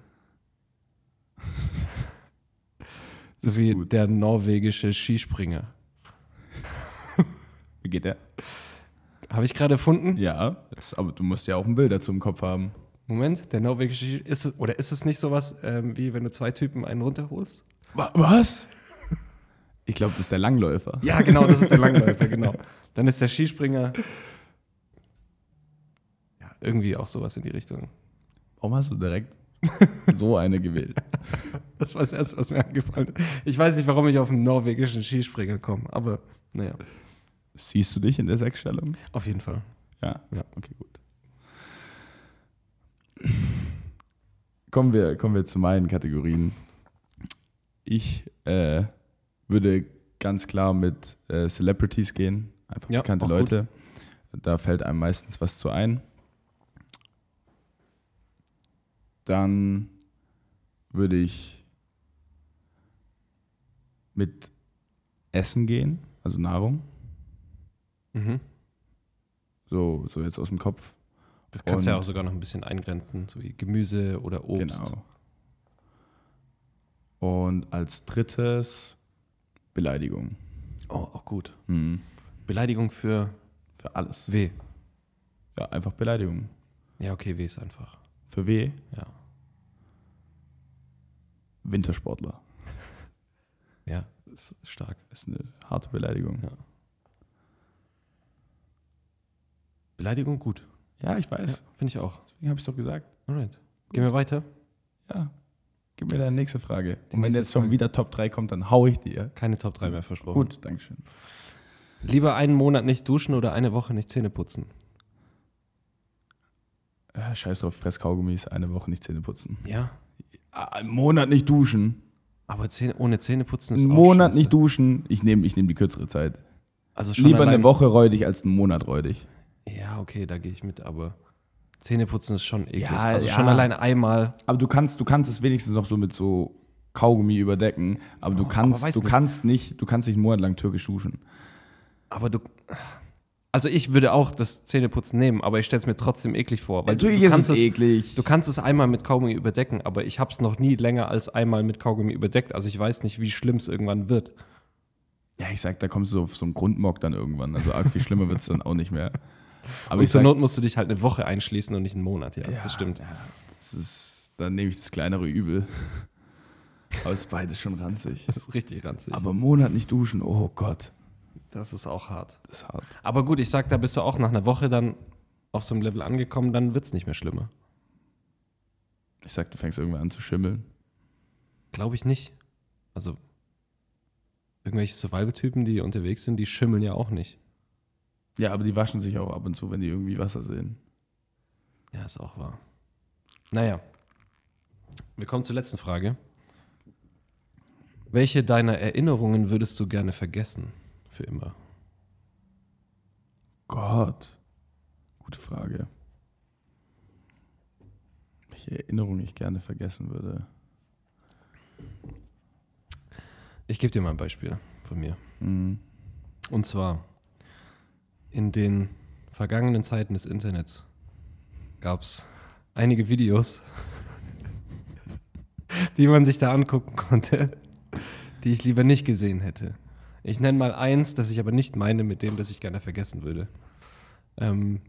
so wie gut. der norwegische Skispringer. Wie geht der? Habe ich gerade erfunden? Ja, das, aber du musst ja auch ein Bild dazu im Kopf haben. Moment, der norwegische Ski- ist es, oder ist es nicht sowas, ähm, wie wenn du zwei Typen einen runterholst? Was? Ich glaube, das ist der Langläufer. Ja, genau, das ist der Langläufer, genau. Dann ist der Skispringer. Ja, irgendwie auch sowas in die Richtung. Warum hast du direkt so eine gewählt? Das war das Erste, was mir angefallen ist. Ich weiß nicht, warum ich auf einen norwegischen Skispringer komme, aber naja, Siehst du dich in der Sechsstellung? auf jeden Fall. Ja. Ja. Okay, gut. Kommen wir, kommen wir zu meinen Kategorien. Ich äh, würde ganz klar mit äh, Celebrities gehen, einfach Ja, bekannte auch Leute. Da fällt einem meistens was zu ein. Dann würde ich mit Essen gehen, also Nahrung. Mhm. So, so jetzt aus dem Kopf. Das kannst du ja Und- auch sogar noch ein bisschen eingrenzen, so wie Gemüse oder Obst. Genau. Und als drittes Beleidigung. Oh, auch gut. Mhm. Beleidigung für Für alles. W. Ja, einfach Beleidigung. Ja, okay, W ist einfach. Für weh? Ja. Wintersportler. Ja, ist stark. Ist eine harte Beleidigung. Ja. Beleidigung gut. Ja, ich weiß. Finde ich auch. Deswegen habe ich es doch gesagt. Alright. Gehen wir weiter. Ja. Gib mir deine nächste Frage. Die Und wenn nächste jetzt schon Frage. wieder Top 3 kommt, dann hau ich dir. Keine Top 3 mehr versprochen. Gut, Dankeschön. Lieber einen Monat nicht duschen oder eine Woche nicht Zähne putzen. Äh, scheiß drauf, fress Kaugummis, eine Woche nicht Zähne putzen. Ja. Ah, einen Monat nicht duschen. Aber Zähne, ohne Zähne putzen ist Einen auch Monat scheiße. nicht duschen. Ich nehme ich nehm die kürzere Zeit. Also schon Lieber allein, eine Woche räudig als einen Monat räudig. Ja, okay, da gehe ich mit, aber Zähneputzen ist schon eklig. Ja, also ja. schon allein einmal. Aber du kannst, du kannst es wenigstens noch so mit so Kaugummi überdecken, aber du Oh, aber kannst, weiß du nicht. kannst nicht, du kannst nicht einen Monat lang türkisch duschen. Aber du. Also ich würde auch das Zähneputzen nehmen, aber ich stelle es mir trotzdem eklig vor. Weil du, du kannst eklig. Du kannst es einmal mit Kaugummi überdecken, aber ich habe es noch nie länger als einmal mit Kaugummi überdeckt. Also ich weiß nicht, wie schlimm es irgendwann wird. Ja, ich sag, da kommst du auf so einen Grundmock dann irgendwann. Also arg viel schlimmer wird es dann auch nicht mehr. Aber Und ich zur sag, Not musst du dich halt eine Woche einschließen und nicht einen Monat. Ja, das stimmt. das ist, dann nehme ich das kleinere Übel. Aber es ist beides schon ranzig. Das ist richtig ranzig. Aber einen Monat nicht duschen, oh Gott, das ist auch hart. das ist hart. Aber gut, ich sag, da bist du auch nach einer Woche dann auf so einem Level angekommen, dann wird es nicht mehr schlimmer. Ich sag, du fängst irgendwann an zu schimmeln. Glaube ich nicht. Also irgendwelche Survival-Typen, die unterwegs sind, die schimmeln ja auch nicht. Ja, aber die waschen sich auch ab und zu, wenn die irgendwie Wasser sehen. Ja, ist auch wahr. Naja. Wir kommen zur letzten Frage. Welche deiner Erinnerungen würdest du gerne vergessen? Für immer. Gott. Gute Frage. Welche Erinnerung ich gerne vergessen würde. Ich gebe dir mal ein Beispiel von mir. Hm. Und zwar, in den vergangenen Zeiten des Internets gab es einige Videos, die man sich da angucken konnte, die ich lieber nicht gesehen hätte. Ich nenne mal eins, das ich aber nicht meine mit dem, das ich gerne vergessen würde. Ähm,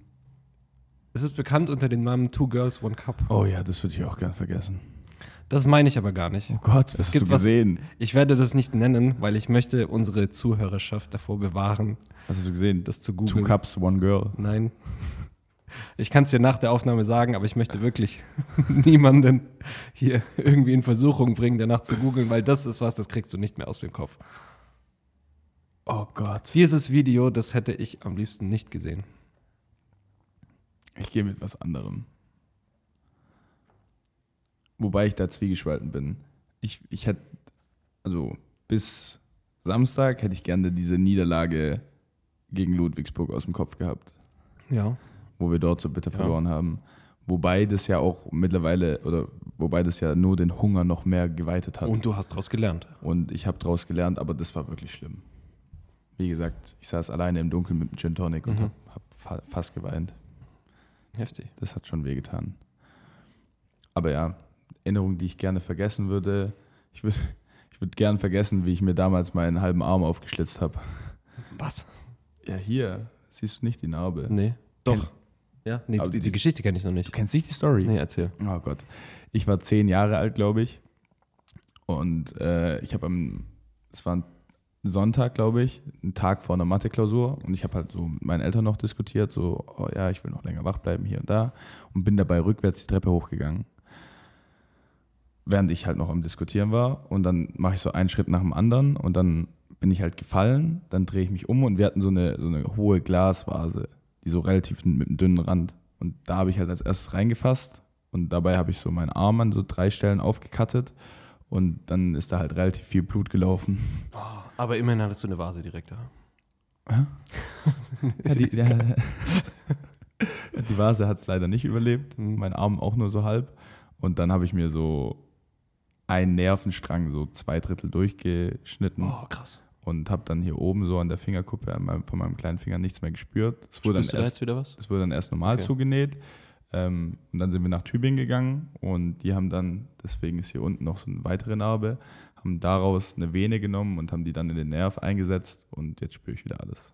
es ist bekannt unter dem Namen Two Girls, One Cup. Oh ja, das würde ich auch gerne vergessen. Das meine ich aber gar nicht. Oh Gott, das hast gibt du was- gesehen. Ich werde das nicht nennen, weil ich möchte unsere Zuhörerschaft davor bewahren, Was hast du gesehen? das zu Two googeln. Cups, One Girl. Nein. Ich kann es dir nach der Aufnahme sagen, aber ich möchte wirklich niemanden hier irgendwie in Versuchung bringen, danach zu googeln, weil das ist was, das kriegst du nicht mehr aus dem Kopf. Oh Gott. Dieses Video, das hätte ich am liebsten nicht gesehen. Ich gehe mit was anderem. Wobei ich da zwiegespalten bin. Ich, ich hätte, also bis Samstag hätte ich gerne diese Niederlage gegen Ludwigsburg aus dem Kopf gehabt. Ja. wo wir dort so bitter verloren haben. Wobei das ja auch mittlerweile, oder wobei das ja nur den Hunger noch mehr geweitet hat. Und, Und du hast daraus gelernt. ich habe daraus gelernt, aber das war wirklich schlimm. Wie gesagt, ich saß alleine im Dunkeln mit dem Gin Tonic und Mhm. habe hab fa fast geweint. Heftig. Das hat schon wehgetan. Aber ja, Erinnerung, die ich gerne vergessen würde. Ich würde ich würd gern vergessen, wie ich mir damals meinen halben Arm aufgeschlitzt habe. Was? Ja, hier siehst du nicht die Narbe. Nee. Doch. Ja? Nee, Aber die, die die- Geschichte kenne ich noch nicht. Du kennst nicht die Story? Nee, erzähl. Oh Gott. Ich war zehn Jahre alt, glaube ich. Und äh, ich habe am, es war ein Sonntag, glaube ich, ein Tag vor einer Mathe-Klausur. Und ich habe halt so mit meinen Eltern noch diskutiert, so, oh ja, ich will noch länger wach bleiben hier und da. Und bin dabei rückwärts die Treppe hochgegangen. Während ich halt noch am Diskutieren war. Und dann mache ich so einen Schritt nach dem anderen. Und dann bin ich halt gefallen. Dann drehe ich mich um. Und wir hatten so eine, so eine hohe Glasvase, die so relativ mit einem dünnen Rand. Und da habe ich halt als erstes reingefasst. Und dabei habe ich so meinen Arm an so drei Stellen aufgekattet. Und dann ist da halt relativ viel Blut gelaufen. Oh, aber immerhin hattest du eine Vase direkt da. Ja, die, ja, die Vase hat es leider nicht überlebt. Mhm. Mein Arm auch nur so halb. Und dann habe ich mir so einen Nervenstrang, so zwei Drittel durchgeschnitten Oh, krass. und habe dann hier oben so an der Fingerkuppe an meinem, von meinem kleinen Finger nichts mehr gespürt. Es wurde, Spürst du dann da erst, jetzt wieder was? es wurde dann erst normal Okay. zugenäht. Ähm, und dann sind wir nach Tübingen gegangen und die haben dann, deswegen ist hier unten noch so eine weitere Narbe, haben daraus eine Vene genommen und haben die dann in den Nerv eingesetzt und jetzt spüre ich wieder alles.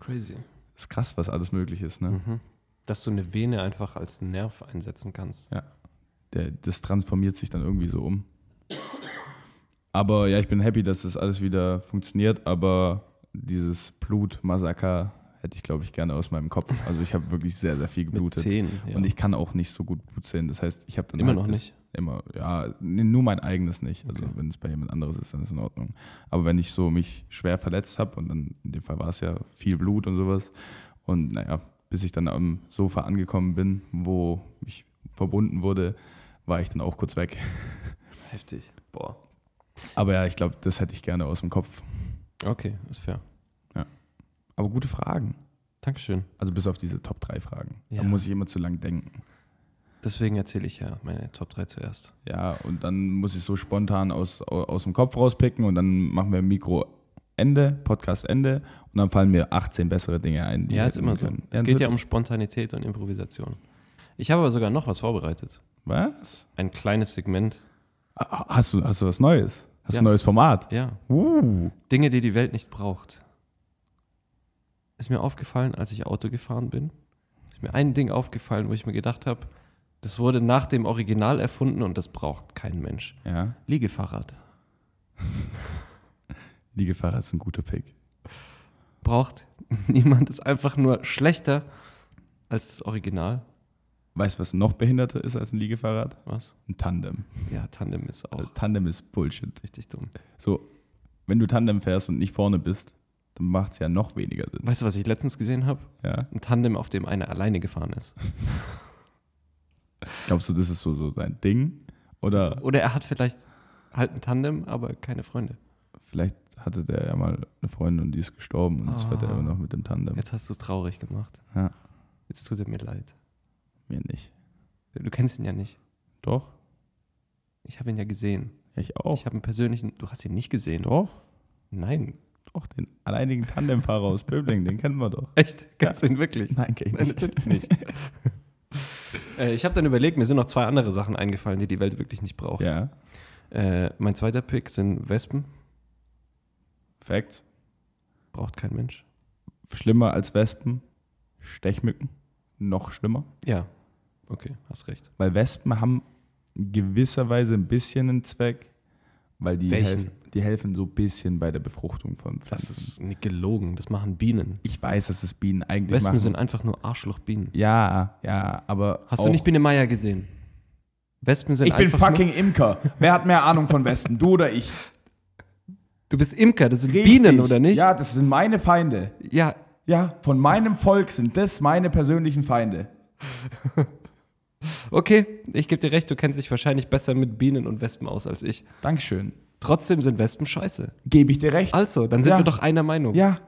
Crazy. Ist krass, was alles möglich ist, ne? Mhm. Dass du eine Vene einfach als Nerv einsetzen kannst. der, das transformiert sich dann irgendwie so um. Aber ja, ich bin happy, dass das alles wieder funktioniert, aber dieses Blutmassaker hätte ich, glaube ich, gerne aus meinem Kopf. Also ich habe wirklich sehr, sehr viel geblutet. zehn. Ja. Und ich kann auch nicht so gut Blut sehen. Das heißt, ich habe dann immer halt noch das- nicht. Immer, ja, nee, nur mein eigenes nicht. Also Okay. wenn es bei jemand anderes ist, dann ist es in Ordnung. Aber wenn ich so mich schwer verletzt habe und dann in dem Fall war es ja viel Blut und sowas und naja, bis ich dann am Sofa angekommen bin, wo ich verbunden wurde, war ich dann auch kurz weg. Heftig. Boah. Aber ja, ich glaube, das hätte ich gerne aus dem Kopf. Okay, ist fair. Aber gute Fragen. Dankeschön. Also bis auf diese Top 3 Fragen. Ja. Da muss ich immer zu lang denken. Deswegen erzähle ich ja meine Top 3 zuerst. Ja, und dann muss ich so spontan aus, au- aus dem Kopf rauspicken und dann machen wir Mikro Ende, Podcast Ende und dann fallen mir 18 bessere Dinge ein. die Ja, ist hätten immer wir so. können. Es geht ja natürlich. um Spontanität und Improvisation. Ich habe aber sogar noch was vorbereitet. Was? Ein kleines Segment. Ah, ah, Hast du, hast du was Neues? Hast Ja. du ein neues Format? Ja. Uh. Dinge, die die Welt nicht braucht. Ist mir aufgefallen, als ich Auto gefahren bin. Ist mir ein Ding aufgefallen, wo ich mir gedacht habe, das wurde nach dem Original erfunden und das braucht kein Mensch. Ja, Liegefahrrad Liegefahrrad ist ein guter Pick. braucht niemand. Ist einfach nur schlechter als das Original. Weißt du, was noch behinderter ist als ein Liegefahrrad? Was? Ein Tandem. Ja, Tandem ist Also auch Tandem ist Bullshit. richtig dumm. So, wenn du Tandem fährst und nicht vorne bist, dann macht es ja noch weniger Sinn. Weißt du, was ich letztens gesehen habe? Ja? Ein Tandem, auf dem einer alleine gefahren ist. Glaubst du, das ist so, so sein Ding? Oder Oder er hat vielleicht halt ein Tandem, aber keine Freunde. Vielleicht hatte der ja mal eine Freundin und die ist gestorben und jetzt fährt er Ah. immer noch mit dem Tandem. Jetzt hast du es traurig gemacht. Ja. Jetzt tut er mir leid. Mir nicht. Du kennst ihn ja nicht. Doch? Ich habe ihn ja gesehen. Ja, ich auch. Ich habe einen persönlichen. Du hast ihn nicht gesehen. Oh. doch? Nein. Doch, den alleinigen Tandemfahrer aus Böbling, den kennen wir doch. Echt? Kennst du ihn wirklich? Nein, kenn Nein, natürlich nicht. Äh, ich habe dann überlegt, mir sind noch zwei andere Sachen eingefallen, die die Welt wirklich nicht braucht. Ja, Äh, mein zweiter Pick sind Wespen. Fact. Braucht kein Mensch. Schlimmer als Wespen, Stechmücken. Noch schlimmer. Ja. Okay, hast recht. Weil Wespen haben in gewisser Weise ein bisschen einen Zweck, weil die, Welchen? helfen, die helfen so ein bisschen bei der Befruchtung von Pflanzen. Das ist nicht gelogen. Das machen Bienen. ich weiß, dass es Bienen eigentlich Wespen machen. sind einfach nur Arschlochbienen. ja, ja, aber Hast auch du nicht Biene Meier gesehen? Wespen sind Ich bin einfach fucking nur, Imker. Wer hat mehr Ahnung von Wespen? Du oder ich? Du bist Imker, das sind Richtig. Bienen, oder nicht? Ja, das sind meine Feinde. Ja, Ja, von meinem Volk sind das meine persönlichen Feinde. okay, ich gebe dir recht, du kennst dich wahrscheinlich besser mit Bienen und Wespen aus als ich. Dankeschön. Trotzdem sind Wespen scheiße. Gebe ich dir recht? Also, dann sind Ja. wir doch einer Meinung. Ja.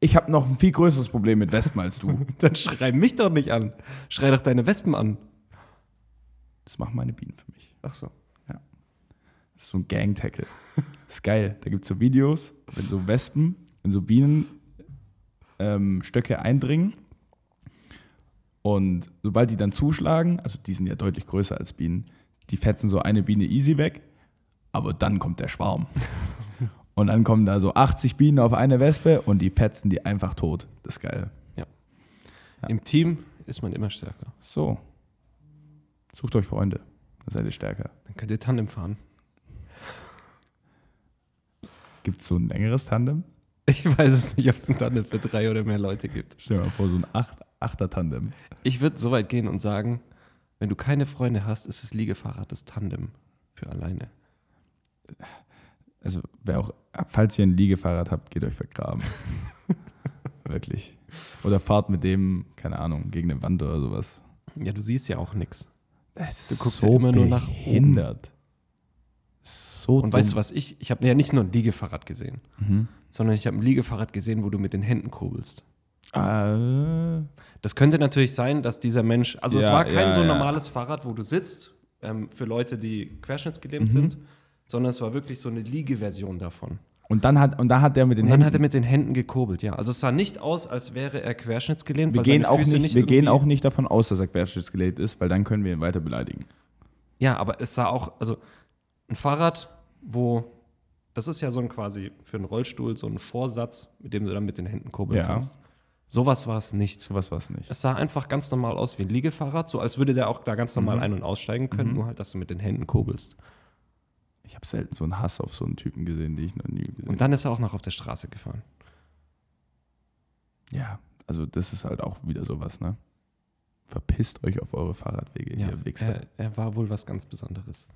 Ich habe noch ein viel größeres Problem mit Wespen als du. Dann schrei mich doch nicht an. Schrei doch deine Wespen an. Das machen meine Bienen für mich. Ach so. Das ist so ein Gang-Tackle. Das ist geil. Da gibt es so Videos, wenn so Wespen in so Bienen ähm, Stöcke eindringen. Und sobald die dann zuschlagen, also die sind ja deutlich größer als Bienen, die fetzen so eine Biene easy weg, aber dann kommt der Schwarm. Und dann kommen da so 80 Bienen auf eine Wespe und die fetzen die einfach tot. Das ist geil. Ja. Im Team ist man immer stärker. So. Sucht euch Freunde. Dann seid ihr stärker. Dann könnt ihr Tandem fahren. Gibt es so ein längeres Tandem? Ich weiß es nicht, ob es ein Tandem für drei oder mehr Leute gibt. Stell dir mal vor, so ein Acht Achter-Tandem. Ich würde so weit gehen und sagen, wenn du keine Freunde hast, ist das Liegefahrrad das Tandem für alleine. Also, wer auch, falls ihr ein Liegefahrrad habt, geht euch vergraben. Wirklich. Oder fahrt mit dem, keine Ahnung, gegen eine Wand oder sowas. Ja, du siehst ja auch nichts. Es Du guckst ja immer nur nach oben. behindert. So Und weißt du was, ich, ich habe ja nicht nur ein Liegefahrrad gesehen. um Mhm. sondern ich habe ein Liegefahrrad gesehen, wo du mit den Händen kurbelst. Ah, Das könnte natürlich sein, dass dieser Mensch, also es Ja, war kein ja, so ja. normales Fahrrad, wo du sitzt, ähm, für Leute, die Mhm. querschnittsgelähmt sind, sondern es war wirklich so eine Liegeversion davon. und dann hat und da hat der mit den Und dann hat er Händen- mit den Händen gekurbelt, ja. Also es sah nicht aus, als wäre er querschnittsgelähmt. wir weil seine gehen auch Füße nicht, wir gehen irgendwie- auch nicht davon aus, dass er querschnittsgelähmt ist, weil dann können wir ihn weiter beleidigen. Ja, aber es sah auch, also ein Fahrrad, wo, das ist ja so ein quasi für einen Rollstuhl so ein Vorsatz, mit dem du dann mit den Händen kurbeln Ja. kannst. Sowas war es nicht. Sowas war es nicht. Es sah einfach ganz normal aus wie ein Liegefahrrad, so als würde der auch da ganz normal ein- und aussteigen können, nur halt, dass du mit den Händen kurbelst. Ich habe selten so einen Hass auf so einen Typen gesehen, den ich noch nie gesehen Und dann ist er auch noch auf der Straße gefahren. Ja, also das ist halt auch wieder sowas, ne? Verpisst euch auf eure Fahrradwege, ihr Wichser. er, er war wohl was ganz Besonderes.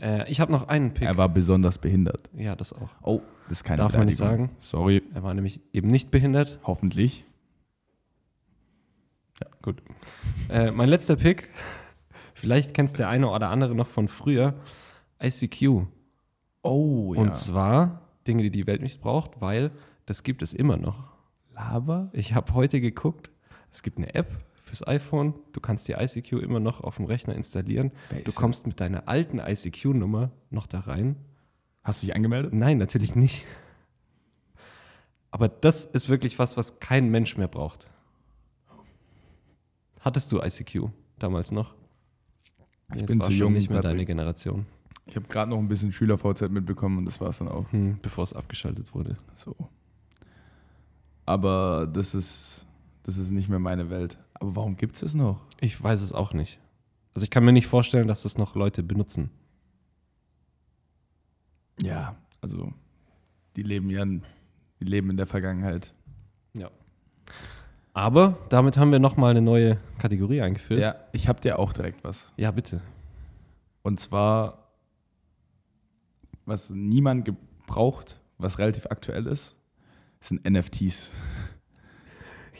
Äh, ich habe noch einen Pick. er war besonders behindert. ja, das auch. Oh, das ist keine Darf man nicht Beleidigung. Sorry, Er war nämlich eben nicht behindert. hoffentlich. Äh, mein letzter Pick, vielleicht kennst der eine oder andere noch von früher, ICQ. Oh, Und zwar Dinge, die die Welt nicht braucht, weil das gibt es immer noch. Lava? Ich habe heute geguckt, es gibt eine App fürs iPhone, du kannst die ICQ immer noch auf dem Rechner installieren. Wer Du ist kommst mit deiner alten ICQ-Nummer noch da rein. Hast du dich angemeldet? Nein, natürlich nicht. Aber das ist wirklich was, was kein Mensch mehr braucht. Hattest du ICQ damals noch? Ich Nee, es bin war zu schon jung, nicht mehr Patrick. deine Generation, Ich habe gerade noch ein bisschen Schüler-VZ mitbekommen und das war's dann auch. hm, bevor es abgeschaltet wurde. So. Aber das ist, das ist nicht mehr meine Welt. Aber warum gibt's es noch? Ich weiß es auch nicht. Also ich kann mir nicht vorstellen, dass das noch Leute benutzen. Ja, also die leben ja, in- die leben in der Vergangenheit. Aber damit haben wir nochmal eine neue Kategorie eingeführt. Ja, ich habe dir auch direkt was. ja bitte. Und zwar, was niemand gebraucht, was relativ aktuell ist, sind NFTs.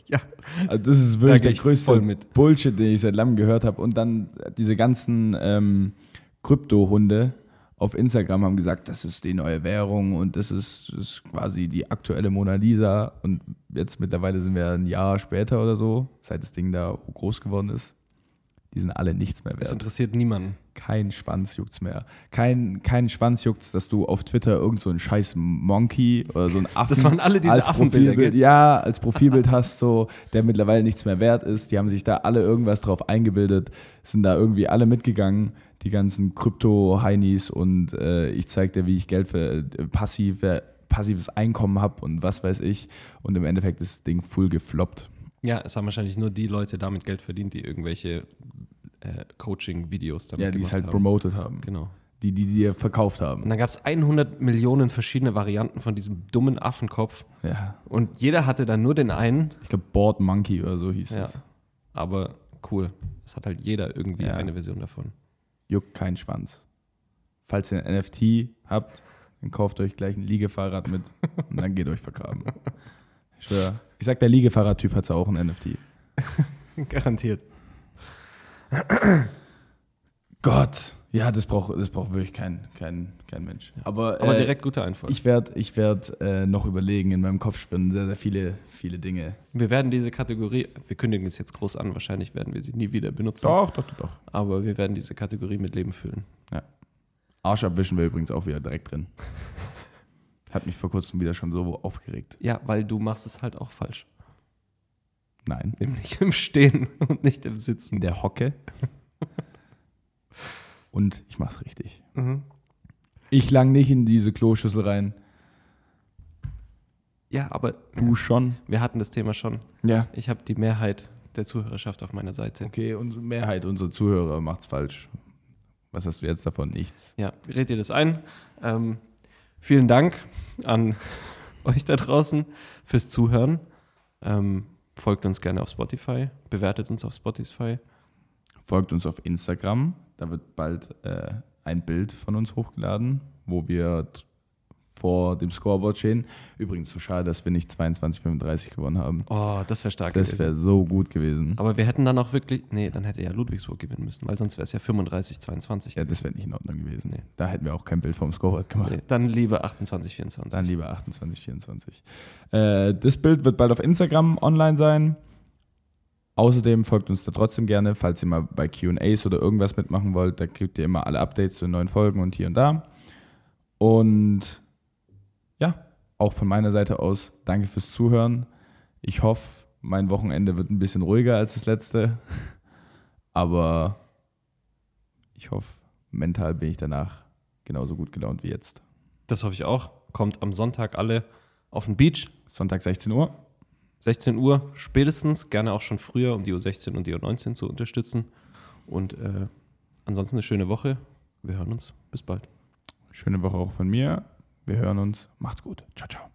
Ja. Also das ist Da wirklich geh der ich voll größte mit. Bullshit, den ich seit langem gehört habe. Und dann diese ganzen ähm, Kryptohunde auf Instagram haben gesagt, das ist die neue Währung und das ist, das ist quasi die aktuelle Mona Lisa. Und jetzt mittlerweile sind wir ein Jahr später oder so, seit das Ding da groß geworden ist. Die sind alle nichts mehr wert. Es interessiert niemanden. Kein Schwanz juckt's mehr. Kein, kein Schwanz juckt's, dass du auf Twitter irgend so einen scheiß Monkey oder so einen Affen Das waren alle diese als Affenbilder, Profilbild, gell? ja, als Profilbild hast so, der mittlerweile nichts mehr wert ist. Die haben sich da alle irgendwas drauf eingebildet, sind da irgendwie alle mitgegangen, die ganzen Krypto-Heinis und äh, ich zeig dir, wie ich Geld für äh, passive, passives Einkommen habe und was weiß ich. Und im Endeffekt ist das Ding full gefloppt. Ja, es haben wahrscheinlich nur die Leute damit Geld verdient, die irgendwelche äh, Coaching-Videos damit Ja, die es halt haben. promoted haben. Genau. Die, die dir verkauft Und haben. dann gab es 100 Millionen verschiedene Varianten von diesem dummen Affenkopf. Ja. Und jeder hatte dann nur den einen. Ich glaube, Board Monkey oder so hieß Ja. es. Aber cool. Es hat halt jeder irgendwie Ja. eine Version davon. Juckt keinen Schwanz. Falls ihr ein NFT habt, dann kauft euch gleich ein Liegefahrrad mit und dann geht euch vergraben. Ich schwör. Ich sag, der Liegefahrradtyp hat ja auch ein NFT. Garantiert. Gott. Ja, das braucht das braucht wirklich kein, kein, kein Mensch. Aber, Aber äh, direkt guter Einfall. Ich werde ich werd, äh, noch überlegen. In meinem Kopf schwirren sehr, sehr viele, viele Dinge. wir werden diese Kategorie, wir kündigen es jetzt groß an, wahrscheinlich werden wir sie nie wieder benutzen. doch, doch, doch. Aber wir werden diese Kategorie mit Leben füllen. Arsch abwischen wir übrigens auch wieder direkt drin. Hat mich vor kurzem wieder schon so aufgeregt. Ja, weil du machst es halt auch falsch. Nein. Nämlich im Stehen und nicht im Sitzen. in der Hocke. Und ich mach's richtig. Ich lang nicht in diese Kloschüssel rein. Ja, aber Du schon. wir hatten das Thema schon. Ja. Ich habe die Mehrheit der Zuhörerschaft auf meiner Seite. Okay, unsere Mehrheit unserer Zuhörer macht's falsch. Was hast du jetzt davon? Nichts. Ja, red dir das ein. Ähm, vielen Dank an euch da draußen fürs Zuhören. Ähm, folgt uns gerne auf Spotify, bewertet uns auf Spotify. Folgt uns auf Instagram. Da wird bald äh, ein Bild von uns hochgeladen, wo wir t- vor dem Scoreboard stehen. Übrigens, so schade, dass wir nicht 22-35 gewonnen haben. Oh, das wäre stark Das gewesen. wäre so gut gewesen. Aber wir hätten dann auch wirklich. Nee, dann hätte ja Ludwigsburg gewinnen müssen, weil sonst wäre es ja 35, 22. Ja, das wäre nicht in Ordnung gewesen. Nee. Da hätten wir auch kein Bild vom Scoreboard gemacht. Nee, dann lieber 28, 24. Dann lieber 28, 24. Äh, das Bild wird bald auf Instagram online sein. Außerdem folgt uns da trotzdem gerne, falls ihr mal bei QAs oder irgendwas mitmachen wollt. Da kriegt ihr immer alle Updates zu den neuen Folgen und hier und da. Und ja, auch von meiner Seite aus danke fürs Zuhören. Ich hoffe, mein Wochenende wird ein bisschen ruhiger als das letzte. Aber ich hoffe, mental bin ich danach genauso gut gelaunt wie jetzt. Das hoffe ich auch. Kommt am Sonntag alle auf den Beach. Sonntag 16 Uhr. 16 Uhr spätestens, gerne auch schon früher, um die U16 und die U19 zu unterstützen. Und äh, ansonsten eine schöne Woche. Wir hören uns. Bis bald. Schöne Woche auch von mir. Wir hören uns. Macht's gut. Ciao, ciao.